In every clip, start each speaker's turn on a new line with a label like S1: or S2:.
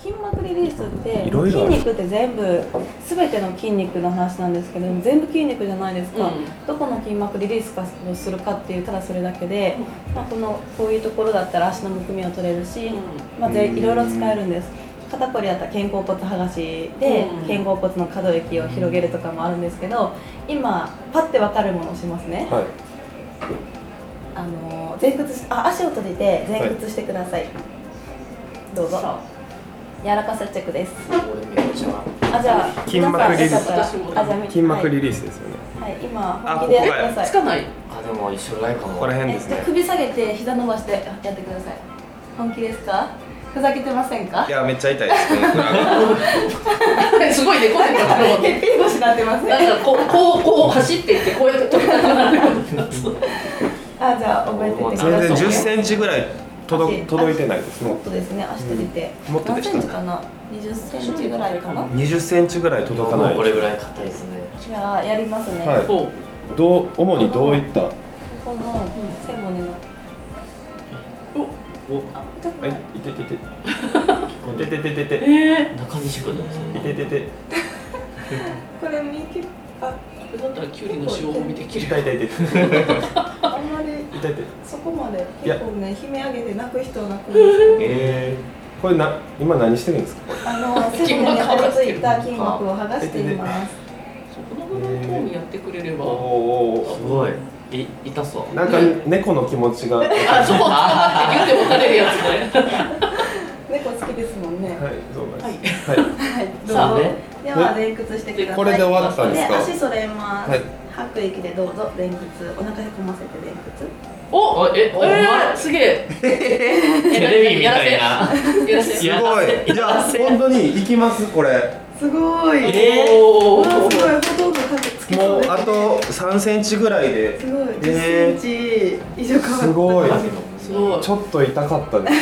S1: 筋膜リリースって
S2: いろいろある
S1: 筋肉って全部全ての筋肉の話なんですけど全部筋肉じゃないですか、
S3: うん
S1: どこの筋膜リリースをするかっていうただそれだけで、まあ、このこういうところだったら足のむくみを取れるし、まあ、ぜいろいろ使えるんです肩こりだったら肩甲骨剥がしで
S3: うん
S1: 肩甲骨の可動域を広げるとかもあるんですけど今パッて分かるものをしますね
S2: はい
S1: あの前屈しあ足を閉じて前屈してください、どうぞ柔らかさチェックです
S4: 俺めっちゃ
S1: あじゃあ
S2: 筋膜リリース
S1: 皆さんよか
S3: 私も
S1: ったらあじゃあ
S2: 筋膜
S1: リ
S2: リリースですよね
S1: はい、はい、今
S2: あ
S1: 本気でやって
S2: ここ
S1: く
S2: が
S1: だ
S3: つ
S1: さい
S3: かない
S4: あでも一緒ないかも
S2: ここら辺
S1: え
S2: で
S1: っ
S2: す
S1: と
S2: ね
S1: 首下げて膝伸ばしてやってください本気ですかふざけてませんか
S2: いやめっちゃ痛いですこのクラブ
S3: すごいね、こうやってこう
S1: へっぴり腰になってますね
S3: なんかこう、こう、こう走っていって、こうやって飛びたくなるようになった
S1: あじゃあ覚えててください
S2: 全然1 0ンチぐらい届届いてないです
S1: もっ
S2: ね
S1: とですね足閉じて、
S2: うんもっと
S1: 何
S2: でし
S1: セ
S2: た
S1: ンチかな20センチぐらいかな
S2: 2 0ンチぐらい届かな
S4: もうこ
S2: い
S4: れぐらい硬いですね
S1: じゃあやりますね、
S2: はい
S3: こ
S2: どう主にどういった
S1: ここの背骨の
S2: おはい痛い痛い痛 い痛い痛い痛い痛い痛い
S3: うえ
S4: 中西君ですね
S2: 痛い痛い痛い
S1: これ右あ
S3: ー、これだったらキュウリの塩も見てきれ
S2: 痛い痛い痛い
S1: あんまり
S2: 痛い痛い
S1: そこまで
S2: いや
S1: 結構ね悲鳴上げて泣く人は泣くんですけど
S2: えー、これな今何してるんですか
S1: あの背骨に張り付いた筋膜を剥がしています
S3: そこの部分を興味やってくれれば
S2: おお
S4: すごいい痛そう
S2: なんか猫の気持ちがはい
S3: あ、そうあーって言って持たれるやつね
S1: 猫好きですもんね
S2: そうなんです、
S3: はい
S2: はい
S1: はいどうぞ
S4: さあね
S1: では前屈してください
S2: これで終わったんですか
S1: で足それます、
S2: はい
S1: 吐く息でどうぞ前屈お腹へこませて前屈
S3: お、え、
S4: お
S3: えー、 すげえ
S4: テレビみたいな
S3: やらせ
S2: すごいじゃあ本当に行きますこれ
S1: すごい、
S4: え
S3: お
S1: わあすごいほ
S3: ー
S1: とんど影つけ
S2: も
S1: そう
S2: う
S1: です、ね、
S2: あと3センチぐらいです
S1: ごい10セ
S2: え
S1: ンチ以上変わった
S2: すごい
S3: すごい
S2: ちょっと痛かったですね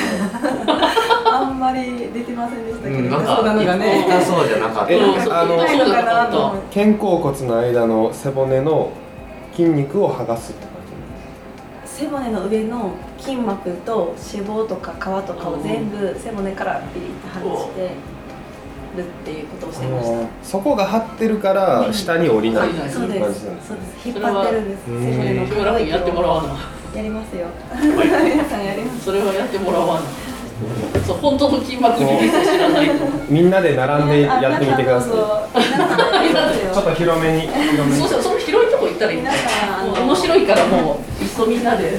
S1: あんまり出てませんでしたけど、
S2: うん
S4: なん
S1: そうなのが
S4: か
S1: ね
S4: 痛そうじゃなかっ
S2: え
S4: た
S3: うん
S2: あの
S3: そう
S1: ないのかなと思って
S2: 肩甲骨の間の背骨の筋肉を剥がすって感
S1: 背骨の上の筋膜と脂肪とか皮とかを全部背骨からビリッと剥がしてるっていうことをし
S2: じ
S1: てまし
S2: そこが張ってるから下に降りないって
S1: た
S3: ー
S1: そう
S2: い
S1: で
S2: う感
S1: す
S2: じなんです
S1: そう
S2: ね
S1: です引っ張ってるんです背
S2: それは
S1: 骨の
S3: しばらくやってもらわな
S1: やりますよ皆さんやります
S3: それはやってもらわなそう、本当の筋膜リリース知らないと
S2: みんなで並んでやってみてくださ
S1: い
S2: い
S1: 皆さんやります
S2: ちょっ
S1: よ
S2: と広めに広めに
S3: そうしたらその広いとこ行ったらいいん
S1: 皆
S3: だ
S1: さんあ
S3: もう
S1: の
S3: 面白いからもういっそみんなで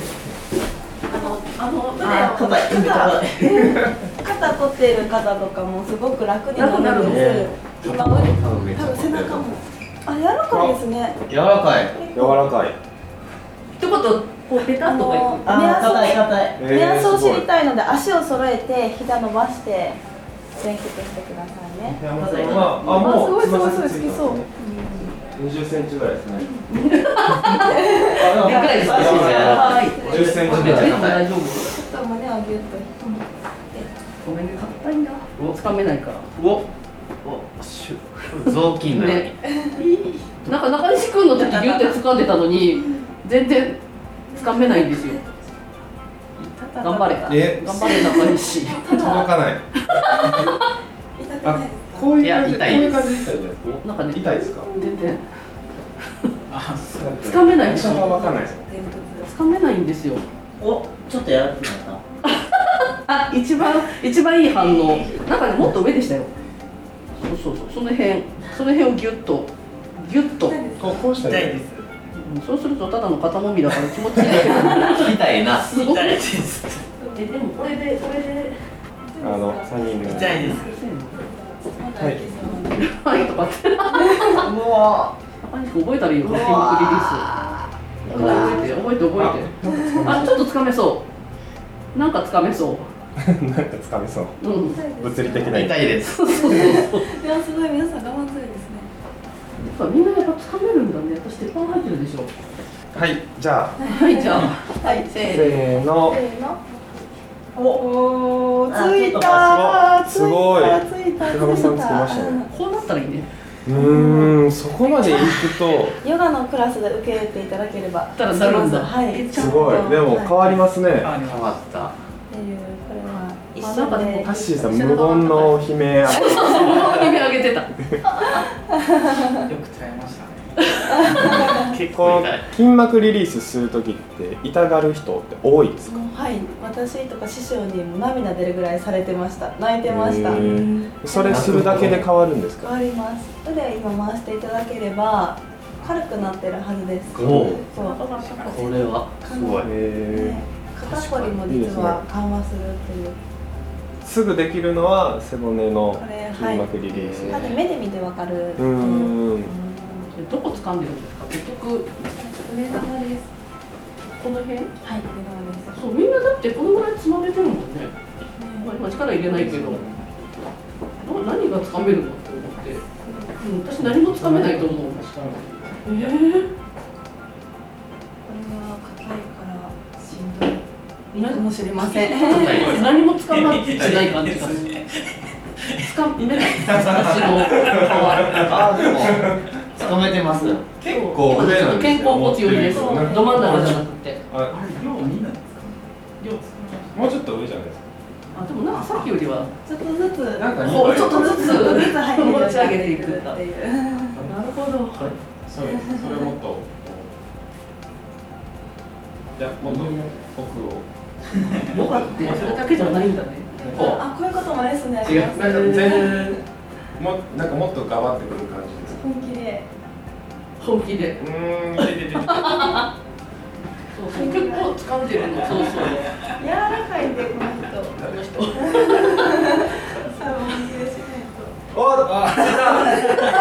S1: あの
S3: あの腕
S1: あ
S3: を
S1: 肩
S3: 肩
S1: 肩凝ってる方とかもすごく楽になるんです今多
S4: めっちゃ
S1: 分
S4: 凝って
S1: 背
S4: る
S1: 中もあ柔らかいですね
S4: 柔らかい
S2: 柔らかい
S3: 一言こうペタ
S1: あ
S3: ッとか
S1: の
S3: 言
S1: 目安を
S2: え
S1: 目安を
S2: すご
S1: 知
S2: い
S1: りたいので足を揃えて膝伸ばして前屈してくださいね
S2: 山本さんはあ
S1: あすご
S2: もう
S1: いすごい
S2: つま先
S1: す
S2: つ
S1: ごい
S2: い
S1: 好き
S2: 二十センチぐらいで すね
S3: うでかいですね
S4: あそうですね
S1: はい
S2: 十センチぐ
S4: めっち
S2: ら
S4: ゃ
S2: い
S3: えば大丈夫
S1: ちょっと胸をギュッと
S3: ごめんね硬いんだつかめないから
S4: おおしゅ雑巾のように
S3: ねなんか中西君の時ギュって掴んでたのに全然掴めないんですよ頑張れ
S2: え
S3: 頑張れ中西
S2: 届かない
S1: 痛く
S2: あ
S1: ない
S2: こういう
S4: いや
S2: 感じこう
S4: 痛い
S2: い
S4: で
S2: う
S4: す
S2: 感じで痛いじゃない
S3: なんかね
S2: 痛いですか
S3: 全然
S2: つ
S3: 掴めない
S2: 下がわかんないです
S1: 前屈
S3: 掴めないんですよ
S5: お、ちょっとやらなくなっ
S3: あ一番一番いい反応なんかねもっと上でしたよそうそうそうその辺その辺をギュッとギュッと、う
S2: こうこうした
S5: た。
S2: ら
S5: 痛
S2: いい
S5: いです。
S3: んそうするとただの肩もみだから気持ちいいけど
S4: 痛いな
S3: すごい
S5: 痛いです。
S3: えでもこれでこれで
S2: あの三人で
S5: 痛いです。
S2: はい
S3: はいとかって
S5: うわ
S3: 中西君覚えたらいいよ筋肉リリース覚えて覚えて覚えてあちょっとつかめそうなんかつかめそ
S2: なんかつかめそう
S3: ううん
S2: 物理的な
S4: 痛いです
S3: そうそうそうや
S1: い
S3: っ
S1: やすごい皆さん我慢強いですね
S3: ぱみんなやっぱつかめるんだね私鉄板入ってるでしょ
S2: はいじゃあ
S3: はいじゃあ
S1: はい
S3: せーの
S2: せーの
S1: せーのおお
S5: あ
S1: ついた
S2: あ
S1: ー
S2: ちょっと
S1: つい
S2: 待
S1: た
S2: すごい
S1: ついた
S2: 寺川さんつきましたね
S3: こうなったらいいね
S2: うーんそこまで行くと
S1: ヨガのクラスで受けていただければ
S3: ただなるんだ
S1: はい
S2: すごいでも変わりますね
S4: 変わった
S1: っていうこれは一ま
S3: なん
S1: な
S3: かで
S1: の
S3: も
S1: で
S2: タッシーさん無言のお姫あ
S3: 指上げてた
S5: よく耐えましたね
S4: 結
S2: こ
S4: 構
S2: う
S4: 痛い
S2: 筋膜リリースする時って痛がる人って多いですか
S1: もうはい私とか師匠にも涙出るぐらいされてました泣いてました
S2: へーそれするだけで変わるんです
S1: 変
S2: か
S1: わります腕を今回していただければ軽くなってるはずです
S4: おお
S1: そう
S4: これはすごい
S2: へ
S1: ね肩こりも実は緩和するっていう
S2: ーすぐできるのは背骨の
S1: これは
S2: 筋
S1: い
S2: 膜リリース
S1: だって目で見てわかる
S2: うーん
S3: どこ掴んでるんですか結局
S1: 上側です
S3: この辺
S1: はい上側です
S3: そうみんなだってこのぐらいつまめてるもんね、まあ、今力入れないけどどう何が掴めるのって思って、うん、私何も掴めないと思う
S1: こ
S3: え
S1: れは硬いからしんどい
S3: えー、
S1: かもしれません
S3: 何も掴ま ってない感じがする。掴 めない。私の顔
S5: あー でも勤めてます
S4: 結構
S3: 今
S4: 上
S3: ちょっ
S4: なん
S3: と
S4: です
S3: 健
S4: よ
S3: 康持ち寄りです。ど
S1: そう
S3: 真ん中じゃなくて。
S2: あ
S5: れ量2なんですか
S2: もうちょっと上じゃないですか
S3: あ、でもなんかさっきよりは。
S1: ちょっとずつ
S2: なんか
S3: こうちょっとず つ
S1: ちょっとずつ入って
S3: 持ち上げていく
S1: っ
S3: んだ
S1: ていう
S3: なるほど。
S2: それそれもっといやもっと奥を
S3: ヨガってそれだけじゃないんだね。
S4: こ
S1: あこういうこともレッスンであ
S4: う違
S1: りま
S4: う
S1: す
S4: なんか全
S2: もなんかもっとガバってくる感じですか
S1: 本気で
S3: 本気で。
S2: うーんでででで
S3: そうそう。結構掴んでるの。そうそう。
S1: 柔らかいんでこの人
S3: あの人。
S1: さあ本気でしないと
S2: おあ